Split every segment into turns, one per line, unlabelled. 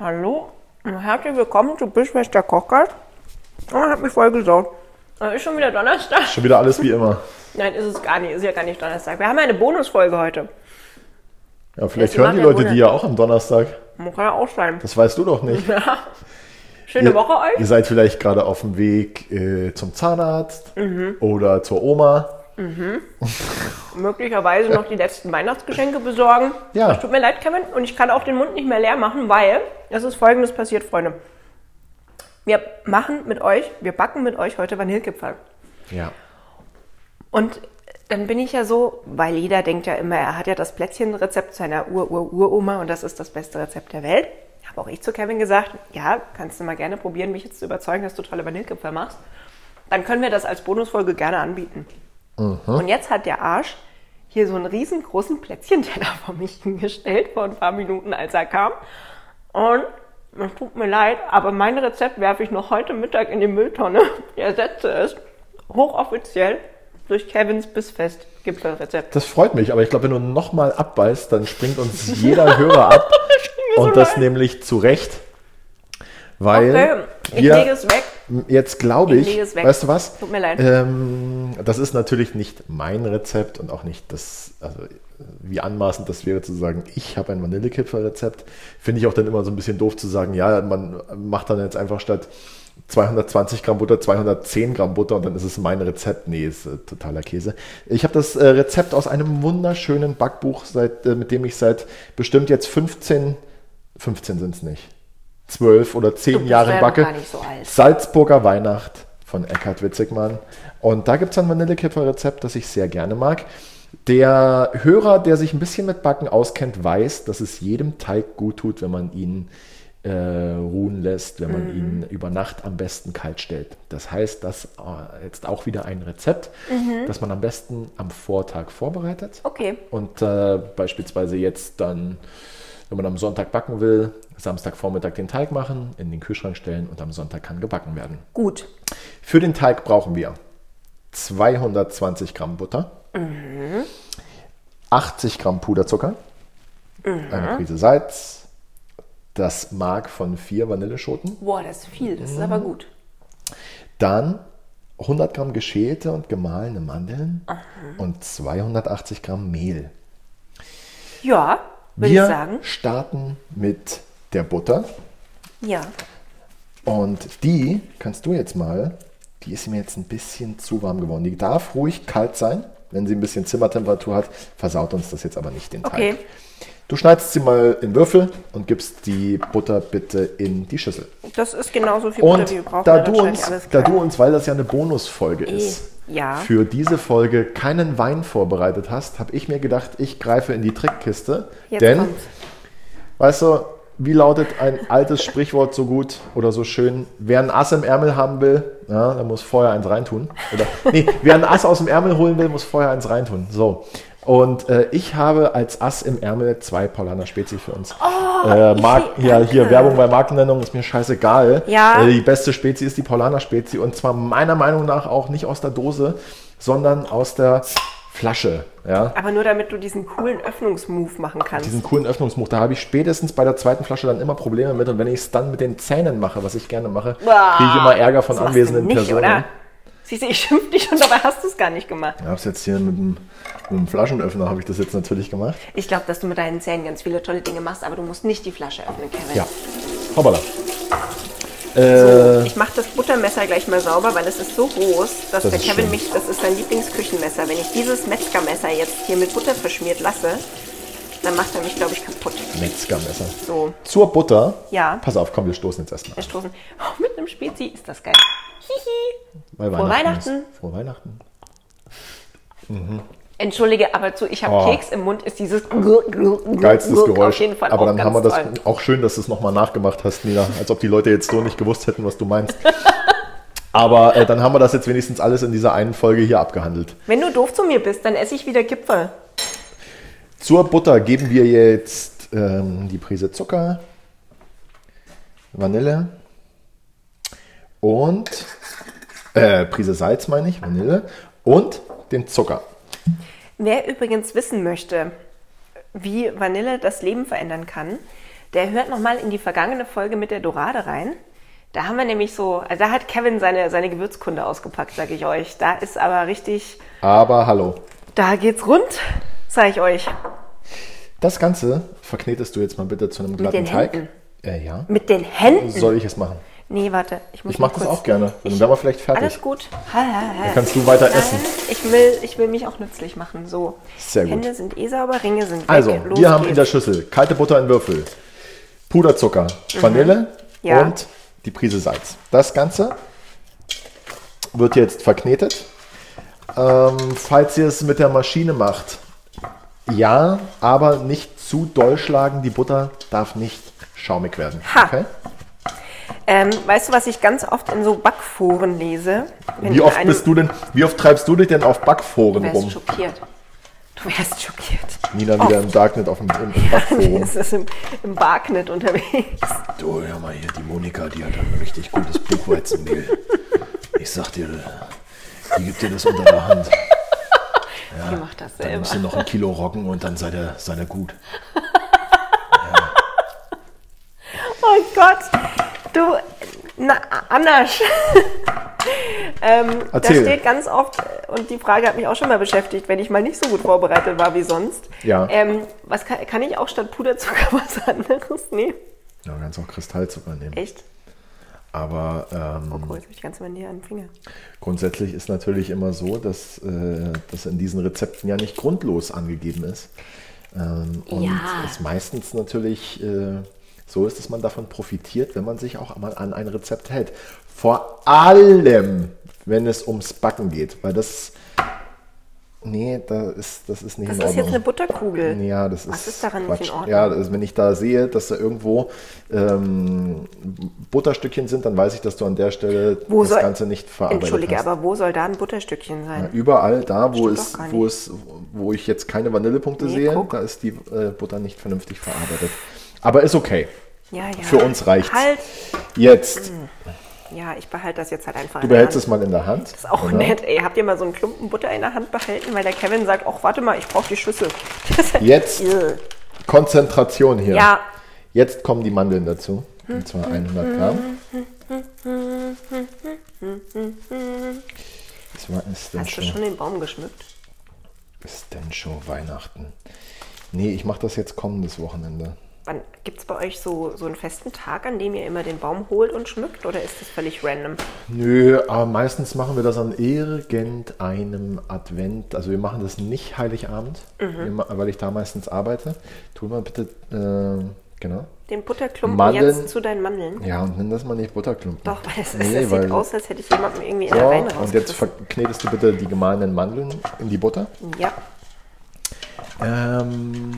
Hallo und herzlich willkommen zu Bischwester Kochkast. Oh, ich hab mich voll gesaut. Äh, Ist schon wieder Donnerstag?
Schon wieder alles wie immer.
Nein, ist es gar nicht. Ist ja gar nicht Donnerstag. Wir haben eine Bonusfolge heute.
Ja, vielleicht
Sie
hören die
machen ja
Leute die ja auch am Donnerstag.
Muss ja auch sein.
Das weißt du doch nicht.
Schöne
Ihr-
Woche
Ihr
euch.
seid vielleicht gerade auf dem Weg äh, zum Zahnarzt
Mhm.
oder zur Oma.
Möglicherweise noch die letzten Weihnachtsgeschenke besorgen.
Ja.
Es tut mir leid, Kevin. Und ich kann auch den Mund nicht mehr leer machen, weil es ist folgendes passiert, Freunde. Wir machen mit euch, wir backen mit euch heute Vanillekipferl.
Ja.
Und dann bin ich ja so, weil jeder denkt ja immer, er hat ja das Plätzchenrezept seiner Ur-Ur-Uroma und das ist das beste Rezept der Welt. Habe auch ich zu Kevin gesagt, ja, kannst du mal gerne probieren, mich jetzt zu überzeugen, dass du tolle Vanillekipferl machst. Dann können wir das als Bonusfolge gerne anbieten. Und jetzt hat der Arsch hier so einen riesengroßen Plätzchenteller vor mich hingestellt, vor ein paar Minuten, als er kam. Und es tut mir leid, aber mein Rezept werfe ich noch heute Mittag in die Mülltonne. Ich ersetze es hochoffiziell durch Kevins Bissfest Gipfelrezept.
Das freut mich, aber ich glaube, wenn du nochmal abbeißt, dann springt uns jeder Hörer ab.
mir so
Und das
leid.
nämlich zu Recht. Weil
Okay, ich
wir-
lege es weg.
Jetzt glaube
Ich
ich,
lege es weg.
weißt du was?
Tut mir leid.
Ähm, das ist natürlich nicht mein Rezept und auch nicht das, also äh, wie anmaßend das wäre zu sagen, ich habe ein Vanillekipferrezept. Finde ich auch dann immer so ein bisschen doof zu sagen, ja, man macht dann jetzt einfach statt 220 Gramm Butter 210 Gramm Butter und dann ist es mein Rezept. Nee, ist äh, totaler Käse. Ich habe das äh, Rezept aus einem wunderschönen Backbuch, seit, äh, mit dem ich seit bestimmt jetzt 15, 15 sind es nicht. 12 oder 10
bist
Jahren
ja
backe.
noch gar nicht so alt.
Salzburger Weihnacht von Eckhard Witzigmann. Und da gibt es ein Vanillekipferrezept, das ich sehr gerne mag. Der Hörer, der sich ein bisschen mit Backen auskennt, weiß, dass es jedem Teig gut tut, wenn man ihn äh, ruhen lässt, wenn man ihn über Nacht am besten kalt stellt. Das heißt, das äh, jetzt auch wieder ein Rezept, das man am besten am Vortag vorbereitet.
Okay.
Und äh, beispielsweise jetzt dann, wenn man am Sonntag backen will, Samstagvormittag den Teig machen, in den Kühlschrank stellen und am Sonntag kann gebacken werden.
Gut.
Für den Teig brauchen wir 220 Gramm Butter,
Mhm.
80 Gramm Puderzucker,
Mhm.
eine Prise Salz, das Mark von vier Vanilleschoten,
Boah, das ist viel. Das ist aber gut.
dann 100 Gramm geschälte und gemahlene Mandeln
Mhm.
und 280 Gramm Mehl.
Ja, würde ich
Wir
sagen.
starten mit der Butter.
Ja.
Und die kannst du jetzt mal, die ist mir jetzt ein bisschen zu warm geworden. Die darf ruhig kalt sein, wenn sie ein bisschen Zimmertemperatur hat, versaut uns das jetzt aber nicht den Teig.
Okay.
Du schneidest sie mal in Würfel und gibst die Butter bitte in die Schüssel.
Das ist genauso viel
Und
Butter, wie wir brauchen.
da,
dann
du
wahrscheinlich
uns,
alles
da
klar. Eh,
du uns, weil das ja eine Bonusfolge ist,
ja.
für diese Folge keinen Wein vorbereitet hast, habe ich mir gedacht, ich greife in die Trickkiste.
Jetzt
denn,
kommt's.
weißt du, wie lautet ein altes Sprichwort so gut oder so schön? Wer ein Ass im Ärmel haben will, ja, der muss vorher eins reintun. Oder, nee, wer ein Ass aus dem Ärmel holen will, muss vorher eins reintun. So. Und äh, ich habe als Ass im Ärmel zwei Paulaner Spezi für uns.
Oh,
äh, Mark, ja, hier Werbung bei Markennennung ist mir scheißegal.
Ja.
Äh, die beste Spezi ist die Paulaner Spezi und zwar meiner Meinung nach auch nicht aus der Dose, sondern aus der Flasche. Ja.
Aber nur damit du diesen coolen Öffnungsmove machen kannst.
Diesen coolen Öffnungsmuch, da habe ich spätestens bei der zweiten Flasche dann immer Probleme mit und wenn ich es dann mit den Zähnen mache, was ich gerne mache, kriege ich immer Ärger von
Das machst du
anwesenden
nicht,
Personen.
Oder? Siehst du, ich schimpf dich und dabei hast du es gar nicht gemacht.
Ich habe es jetzt hier mit dem, mit dem Flaschenöffner habe ich das jetzt natürlich gemacht.
Ich glaube, dass du mit deinen Zähnen ganz viele tolle Dinge machst, aber du musst nicht die Flasche öffnen, Kevin.
Ja, hoppala. Äh,
Ich mache das Buttermesser gleich mal sauber, weil es ist so groß, dass
Das
der
ist
Kevin
schlimm.
mich, das ist sein Lieblingsküchenmesser. Wenn ich dieses Metzgermesser jetzt hier mit Butter verschmiert lasse, dann macht er mich, glaube ich, kaputt.
Metzgermesser.
So,
Zur Butter.
Ja.
Pass auf, komm, wir stoßen jetzt erstmal. an.
verstoßen. Oh, mit einem Spezi ist das geil. Hihi.
Weil
Frohe
Weihnachten.
Weihnachten.
ist. Frohe Weihnachten.
Entschuldige, aber zu ich habe
Oh.
Keks im Mund ist dieses geilstes
Geilstes Geräusch.
Auf jeden Fall
Aber
auch
dann
ganz
haben wir das
toll.
auch schön, dass du es nochmal nachgemacht hast, Nina, als ob die Leute jetzt so nicht gewusst hätten, was du meinst. Aber äh, dann haben wir das jetzt wenigstens alles in dieser einen Folge hier abgehandelt.
Wenn du doof zu mir bist, dann esse ich wieder Kipferl.
Zur Butter geben wir jetzt ähm, die Prise Zucker, Vanille und äh, Prise Salz meine ich, Vanille und den Zucker.
Wer übrigens wissen möchte, wie Vanille das Leben verändern kann, der hört nochmal in die vergangene Folge mit der Dorade rein. Da haben wir nämlich so, also da hat Kevin seine, seine Gewürzkunde ausgepackt, sage ich euch. Da ist aber richtig,
Aber hallo,
da geht's rund, sage ich euch.
das Ganze verknetest du jetzt mal bitte zu einem glatten
den
Teig.
Händen?
Äh, ja.
Mit den Händen?
Soll ich es machen?
Nee, warte, ich muss
Ich mache
mal
das
kurz-
auch gerne. Dann
Ich-
wären wir vielleicht fertig.
Alles gut. Ha, ha, ha.
Dann kannst du weiter
Nein,
essen.
Ich will, ich will mich auch nützlich machen. So.
Sehr gut.
Hände sind eh sauber, Ringe sind weg.
Also,
Los
wir haben in
geht's.
der Schüssel kalte Butter in Würfel, Puderzucker, Vanille
Mhm. Ja.
und die Prise Salz. Das Ganze wird jetzt verknetet. Ähm, falls ihr es mit der Maschine macht, ja, aber nicht zu doll schlagen. Die Butter darf nicht schaumig werden.
Ha. ähm, weißt du, was ich ganz oft in so Backforen lese? Wenn
Wie
in
oft
einem-
bist du denn, wie oft treibst du dich denn auf Backforen
Du
rum?
wärst schockiert. Du wärst schockiert.
Nina wieder im Darknet auf dem im, im
Nee,
Backforum.
es ist im, im Barknet unterwegs.
Du, hör mal hier, die Monika, die hat ein richtig gutes Buchweizenmehl. Ich sag dir, die gibt dir das unter der Hand.
Die macht das
Dann
selber.
musst du noch ein Kilo rocken und dann seid ihr, seid ihr gut.
Oh Gott. Du, na, Anasch. ähm, da
Erzähl.
steht ganz oft, und die Frage hat mich auch schon mal beschäftigt, wenn ich mal nicht so gut vorbereitet war wie sonst.
Ja.
Ähm, was kann, kann ich auch statt Puderzucker was anderes nehmen?
Ja, man kannst auch Kristallzucker nehmen.
Echt?
Aber ähm,
Cool, jetzt hab ich ganz mal näher an den Finger.
grundsätzlich ist natürlich immer so, dass äh, das in diesen Rezepten ja nicht grundlos angegeben ist. Ähm, und es meistens natürlich äh, so ist, dass man davon profitiert, wenn man sich auch mal an ein Rezept hält. Vor allem, wenn es ums Backen geht, weil das. Nee, da ist, das ist nicht
Das
in
ist
Ordnung.
jetzt eine Butterkugel.
Ja, das
Was
ist
ist daran nicht in
Quatsch.
Ordnung?
Ja, das ist, wenn ich da sehe, dass da irgendwo ähm, Butterstückchen sind, dann weiß ich, dass du an der Stelle
Wo
das
soll-
Ganze nicht verarbeitet
Entschuldige,
hast.
aber wo soll da ein Butterstückchen sein?
Ja, Überall da, wo
Stimmt
es,
doch gar
wo
nicht.
es, wo ich jetzt keine Vanillepunkte
Nee,
sehe,
guck.
da ist die äh, Butter nicht vernünftig verarbeitet. Aber ist okay.
Ja, ja.
Für uns reicht's.
Halt.
Jetzt,
Mhm. Ja, ich behalte das jetzt halt einfach.
du behältst es mal in der Hand. Genau.
Ist auch nett, ey. Habt ihr mal so einen Klumpen Butter in der Hand behalten, weil der Kevin sagt, ach, warte mal, ich brauche die Schüssel.
Jetzt
Ew.
Konzentration hier.
Ja. Mhm.
Jetzt kommen die Mandeln dazu. Und zwar 100 Gramm. Das war ist denn,
Hast du
schon,
schon den Baum geschmückt?
ist denn schon Weihnachten? Nee, ich mache das jetzt kommendes Wochenende.
Wann gibt es bei euch so, so einen festen Tag, an dem ihr immer den Baum holt und schmückt oder ist das völlig random?
Nö, aber meistens machen wir das an irgendeinem Advent. Also wir machen das nicht Heiligabend,
Mhm.
wir ma- weil ich da meistens arbeite. Tu mal bitte, äh, genau.
Den Butterklumpen
Mandeln.
jetzt zu deinen Mandeln?
Ja, und nenn das mal nicht Butterklumpen.
Doch, weil es,
Nee,
es
weil-
sieht aus, als hätte ich jemandem irgendwie in
So,
der Wein
und jetzt verknetest du bitte die gemahlenen Mandeln in die Butter.
Ja,
Ähm,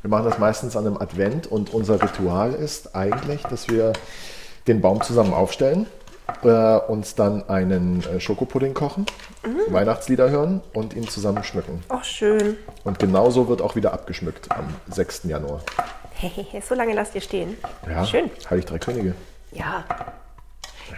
wir machen das meistens an einem Advent und unser Ritual ist eigentlich, dass wir den Baum zusammen aufstellen, äh, uns dann einen äh, Schokopudding kochen,
Mhm.
Weihnachtslieder hören und ihn zusammen schmücken.
auch Oh, schön.
Und genauso wird auch wieder abgeschmückt am 6. Januar.
so lange lasst ihr stehen.
Ja,
Schön.
Heilig Drei Könige.
Ja.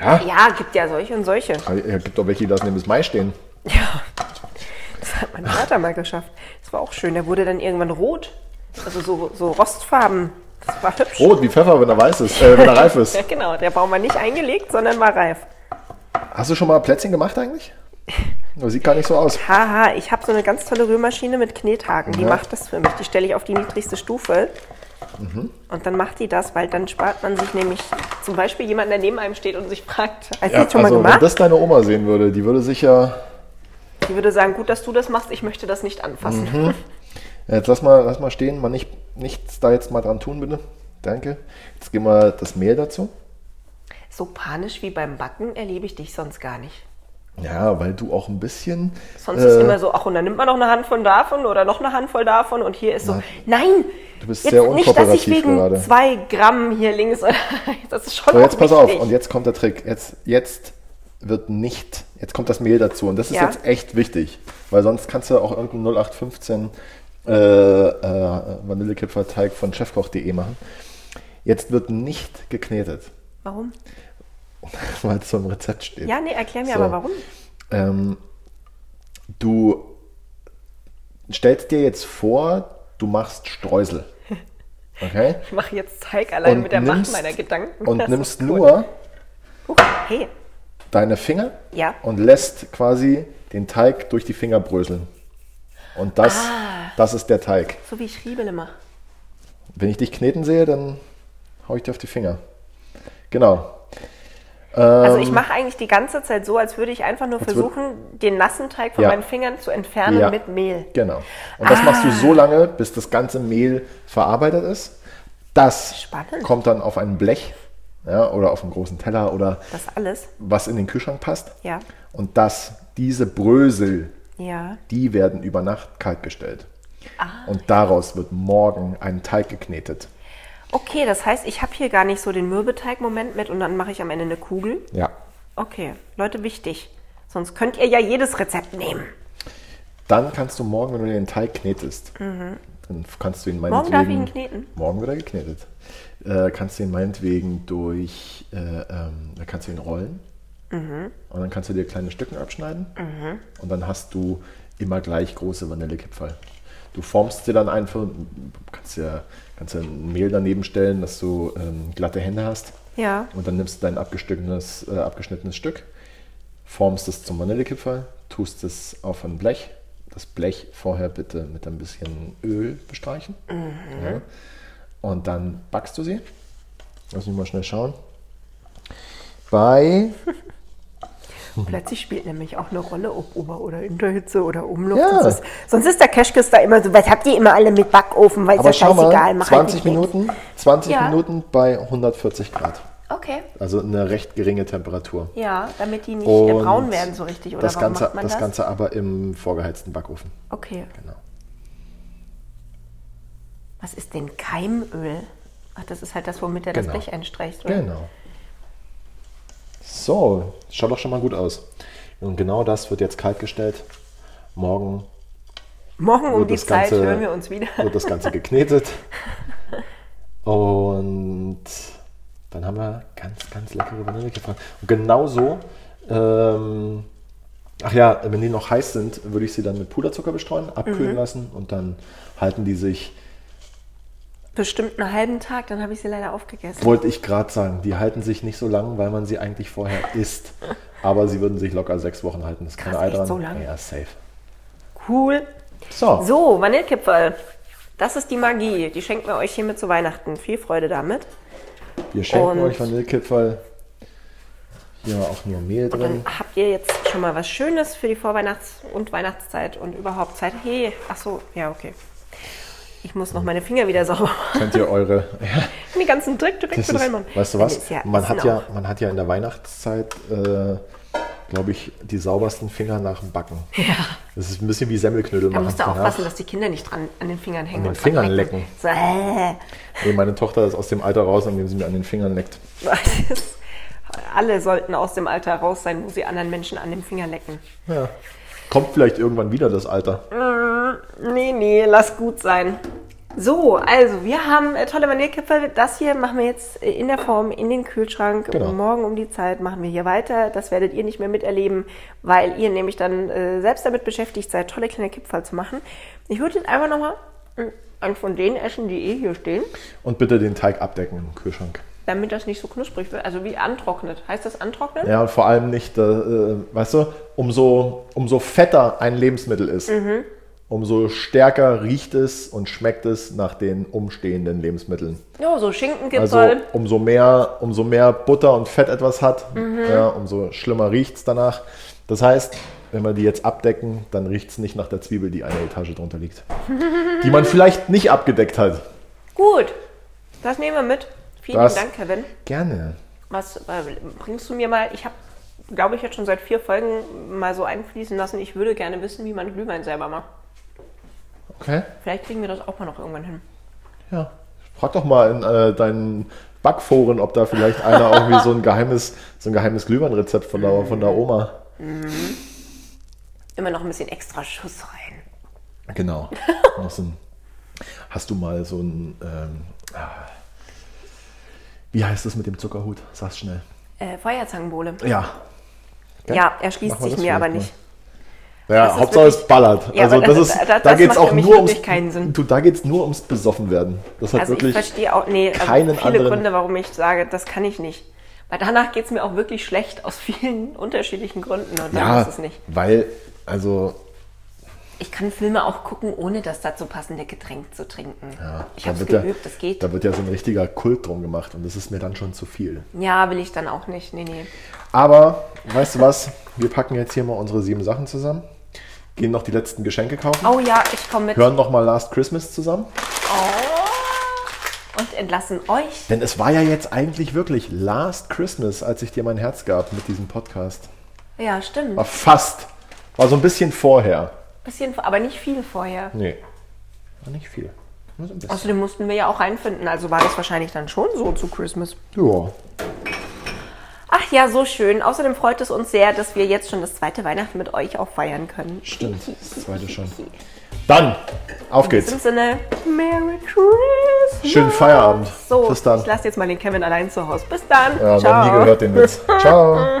Ja.
Ja, gibt ja solche und solche.
Heil- Es gibt auch welche, die lassen den bis Mai stehen.
Ja, das hat mein Vater mal geschafft. Das war auch schön. Der wurde dann irgendwann rot. Also so, so Rostfarben. Das war hübsch.
Rot wie Pfeffer, wenn er weiß ist, äh, wenn er reif ist.
Ja, genau. Der Baum war nicht eingelegt, sondern war reif.
Hast du schon mal Plätzchen gemacht eigentlich? Das sieht gar nicht so aus.
Haha, ich habe so eine ganz tolle Rührmaschine mit Knethaken. Die
Ja.
macht das für mich. Die stelle ich auf die niedrigste Stufe.
Mhm.
Und dann macht die das, weil dann spart man sich nämlich zum Beispiel jemand, der neben einem steht und sich fragt, hast du das schon
also,
mal
wenn
gemacht?
das deine Oma sehen würde, die würde sicher.
Die würde sagen, gut, dass du das machst, ich möchte das nicht anfassen.
Mhm. Äh, Jetzt lass mal, lass mal stehen, mal nicht, nichts da jetzt mal dran tun, bitte. Danke. Jetzt geben wir das Mehl dazu.
So panisch wie beim Backen erlebe ich dich sonst gar nicht.
Ja, weil du auch ein bisschen.
Sonst
Äh.
ist immer so, ach, und dann nimmt man noch eine Handvoll davon oder noch eine Handvoll davon und hier ist so, nein,
Du bist
jetzt
sehr
nicht, dass ich
unkooperativ
wegen
gerade.
zwei Gramm hier links oder das ist schon
So, jetzt
auch
pass auf,
wichtig.
und jetzt kommt der Trick. Jetzt, jetzt wird nicht, jetzt kommt das Mehl dazu. Und das ist
Ja.
jetzt echt wichtig, weil sonst kannst du auch irgendeinen 0815 äh, äh, Vanillekipferteig von chefkoch.de machen. Jetzt wird nicht geknetet,
Warum?
weil es so im Rezept steht.
Ja, nee, erklär mir
So.
aber warum.
Ähm, du stellst dir jetzt vor, du machst Streusel. Okay?
Ich mache jetzt Teig allein mit der Macht
nimmst-
meiner Gedanken.
Und
Das
nimmst
ist cool.
nur
Huch, hey,
deine Finger
Ja.
und lässt quasi den Teig durch die Finger bröseln. Und das,
Ah.
das ist der Teig.
so wie ich Riebele mache.
Wenn ich dich kneten sehe, dann hau ich dir auf die Finger. Genau. Ähm,
Also ich mache eigentlich die ganze Zeit so, als würde ich einfach nur
wird-
versuchen, den nassen Teig von
Ja.
meinen Fingern zu entfernen
ja,
mit Mehl. Ah.
Genau. Und das machst du so lange, bis das ganze Mehl verarbeitet ist. Das
Spannend.
kommt dann auf ein Blech ja, oder auf einen großen Teller oder
Das alles.
was in den Kühlschrank passt.
Ja.
Und das, diese Brösel,
Ja.
die werden über Nacht kaltgestellt.
Ah.
Und daraus wird morgen ein Teig geknetet.
Okay, das heißt, ich habe hier gar nicht so den Mürbeteig-Moment mit und dann mache ich am Ende eine Kugel.
Ja.
Okay, Leute, wichtig. Sonst könnt ihr ja jedes Rezept nehmen.
Dann kannst du morgen, wenn du den Teig knetest, dann kannst du ihn
Mhm. Morgen
meinetwegen...
darf ich ihn kneten?
Morgen wird er geknetet. Äh, kannst du ihn meinetwegen durch... Äh, ähm, da kannst du ihn rollen. Und dann kannst du dir kleine Stücken abschneiden. Und dann hast du immer gleich große Vanillekipferl. Du formst dir dann einfach... Kannst ja kannst ja ein Mehl daneben stellen, dass du ähm, glatte Hände hast.
Ja.
Und dann nimmst du dein abgeschnittenes, äh, abgeschnittenes Stück, formst es zum Vanillekipferl, tust es auf ein Blech. Das Blech vorher bitte mit ein bisschen Öl bestreichen. Ja. Und dann backst du sie. Lass mich mal schnell schauen. Bei Mhm.
Plötzlich spielt nämlich auch eine Rolle, ob Ober- oder Unterhitze oder Umluft.
Ja.
Sonst, ist, sonst ist der Cashkiss da immer so, was habt ihr immer alle mit Backofen, weil ist
aber
ja
schau
scheißegal,
mal,
mach
20
halt nicht nix.
Minuten, 20
Ja.
Minuten bei 140 Grad.
Okay,
Also eine recht geringe Temperatur.
ja, damit die nicht äh,
Und
braun werden so richtig. Oder
das
warum
Ganze,
macht man das?
das Ganze aber im vorgeheizten Backofen.
Okay,
Genau.
was ist denn Keimöl? Ach, das ist halt das, womit er das
Genau.
Blech einstreicht, oder?
Genau. So, schaut doch schon mal gut aus. Und genau das wird jetzt kaltgestellt. Morgen
Morgen um
wird
die
das
Zeit
Ganze,
hören wir uns wieder.
wird das Ganze geknetet. Und dann haben wir ganz, ganz leckere Vanillekipferl. Und genauso, ähm, ach ja, wenn die noch heiß sind, würde ich sie dann mit Puderzucker bestreuen, abkühlen
Mhm.
lassen und dann halten die sich
Bestimmt einen halben Tag, dann habe ich sie leider aufgegessen.
Wollte ich gerade sagen, die halten sich nicht so lang, weil man sie eigentlich vorher isst. Aber sie würden sich locker sechs Wochen halten. Das ist keine
Krass,
Ei
echt
dran.
so lang?
Ja, safe.
Cool.
So,
So, Vanillekipferl. Das ist die Magie. Die schenken wir euch hiermit zu Weihnachten. Viel Freude damit.
wir schenken
und-
euch Vanillekipferl. Hier war auch nur Mehl drin.
Dann habt ihr jetzt schon mal was Schönes für die Vorweihnachts- und Weihnachtszeit und überhaupt Zeit. Hey, ach so, ja, okay. Ich muss noch meine Finger wieder sauber machen.
Könnt ihr eure. Ja,
Die ganzen Dreck direkt
das
mit
ist,
reinmachen.
weißt du
Das
was?
ist genau. ja-
Man
das
hat
sind
ja, man hat ja in der Weihnachtszeit, äh, glaube ich, die saubersten Finger nach dem Backen. Ja. Das ist ein bisschen wie Semmelknödel
Da
machen.
musst du
danach.
aufpassen, dass die Kinder nicht dran an den Fingern hängen.
den
und
Fingern
verrecken.
lecken.
So, äh.
Nee, meine Tochter ist aus dem Alter raus, indem sie mir an den Fingern leckt.
äh, Das ist- Alle sollten aus dem Alter raus sein, wo sie anderen Menschen an dem Finger lecken.
Ja. Kommt vielleicht irgendwann wieder das Alter.
Nee, nee, lass gut sein. So, also wir haben äh, tolle Vanillekipferl. Das hier machen wir jetzt äh, in der Form in den Kühlschrank.
Genau.
Morgen um die Zeit machen wir hier weiter. Das werdet ihr nicht mehr miterleben, weil ihr nämlich dann äh, selbst damit beschäftigt seid, tolle kleine Kipferl zu machen. Ich würde jetzt einfach nochmal äh, einen von denen essen, die eh hier stehen,
Und bitte den Teig abdecken im Kühlschrank.
damit das nicht so knusprig wird. Also wie antrocknet. Heißt das antrocknen?
Ja, und vor allem nicht, äh, äh, weißt du, umso, umso fetter ein Lebensmittel ist,
Mhm.
umso stärker riecht es und schmeckt es nach den umstehenden Lebensmitteln.
Ja, Oh, so
Also
Schinkenkipferl.
umso mehr, umso mehr Butter und Fett etwas hat,
Mhm.
ja, umso schlimmer riecht es danach. Das heißt, wenn wir die jetzt abdecken, dann riecht es nicht nach der Zwiebel, die eine Etage drunter liegt. die man vielleicht nicht abgedeckt hat.
Gut, das nehmen wir mit. Vielen
Das-
Dank, Kevin.
Gerne.
Was äh, bringst du mir mal? Ich habe glaube ich, jetzt schon seit vier Folgen mal so einfließen lassen. Ich würde gerne wissen, wie man Glühwein selber macht.
Okay,
Vielleicht kriegen wir das auch mal noch irgendwann hin.
ja. Frag doch mal in äh, deinen Backforen, ob da vielleicht einer irgendwie so ein geheimes, so ein geheimes Glühweinrezept von der, von der Oma.
Immer noch ein bisschen extra Schuss rein.
Genau. Noch so ein- Hast du mal so ein, ähm, ah, wie heißt es mit dem Zuckerhut? Sag's schnell.
Äh, Feuerzangenbowle.
Ja. Gell?
Ja, er schließt
Machen wir
sich
das
mir aber
vielleicht
nicht.
Naja,
ist
Hauptsache
wirklich-
es ballert.
Ja,
also
aber
das
das-
ist,
das- das
da geht's
macht
auch
für mich
nur ums,
wirklich keinen Sinn.
Du, da geht's nur ums besoffen werden. Das hat
Also ich
wirklich
verstehe auch, nee, also
keinen
viele
anderen-
Gründe, warum ich sage, das kann ich nicht. Weil danach geht es mir auch wirklich schlecht aus vielen unterschiedlichen Gründen und dann
ja,
ist es nicht.
weil also
Ich kann Filme auch gucken, ohne das dazu passende Getränk zu trinken.
ja,
ich
da
habe es
wird ja-
geübt, das geht.
Da wird ja so ein richtiger Kult drum gemacht und das ist mir dann schon zu viel.
Ja, will ich dann auch nicht. Nee, nee.
Aber weißt du was? Wir packen jetzt hier mal unsere sieben Sachen zusammen, gehen noch die letzten Geschenke kaufen,
Oh ja, ich komme mit.
hören noch mal Last Christmas zusammen.
Oh. Und entlassen euch.
Denn es war ja jetzt eigentlich wirklich Last Christmas, als ich dir mein Herz gab mit diesem Podcast.
Ja, stimmt.
War fast. War so ein bisschen vorher.
Bisschen, aber nicht viel vorher.
Nee. War nicht viel. Nur so ein bisschen.
Außerdem mussten wir ja auch reinfinden, also war das wahrscheinlich dann schon so zu Christmas.
Ja.
Ach ja, so schön. Außerdem freut es uns sehr, dass wir jetzt schon das zweite Weihnachten mit euch auch feiern können.
Stimmt. Das zweite schon. Dann, auf
In
geht's.
diesem Sinne, Merry Christmas.
Schönen Feierabend.
So,
Bis dann.
ich lasse jetzt mal den Kevin allein zu Hause. Bis dann.
Ja, noch nie gehört den Witz. Ciao.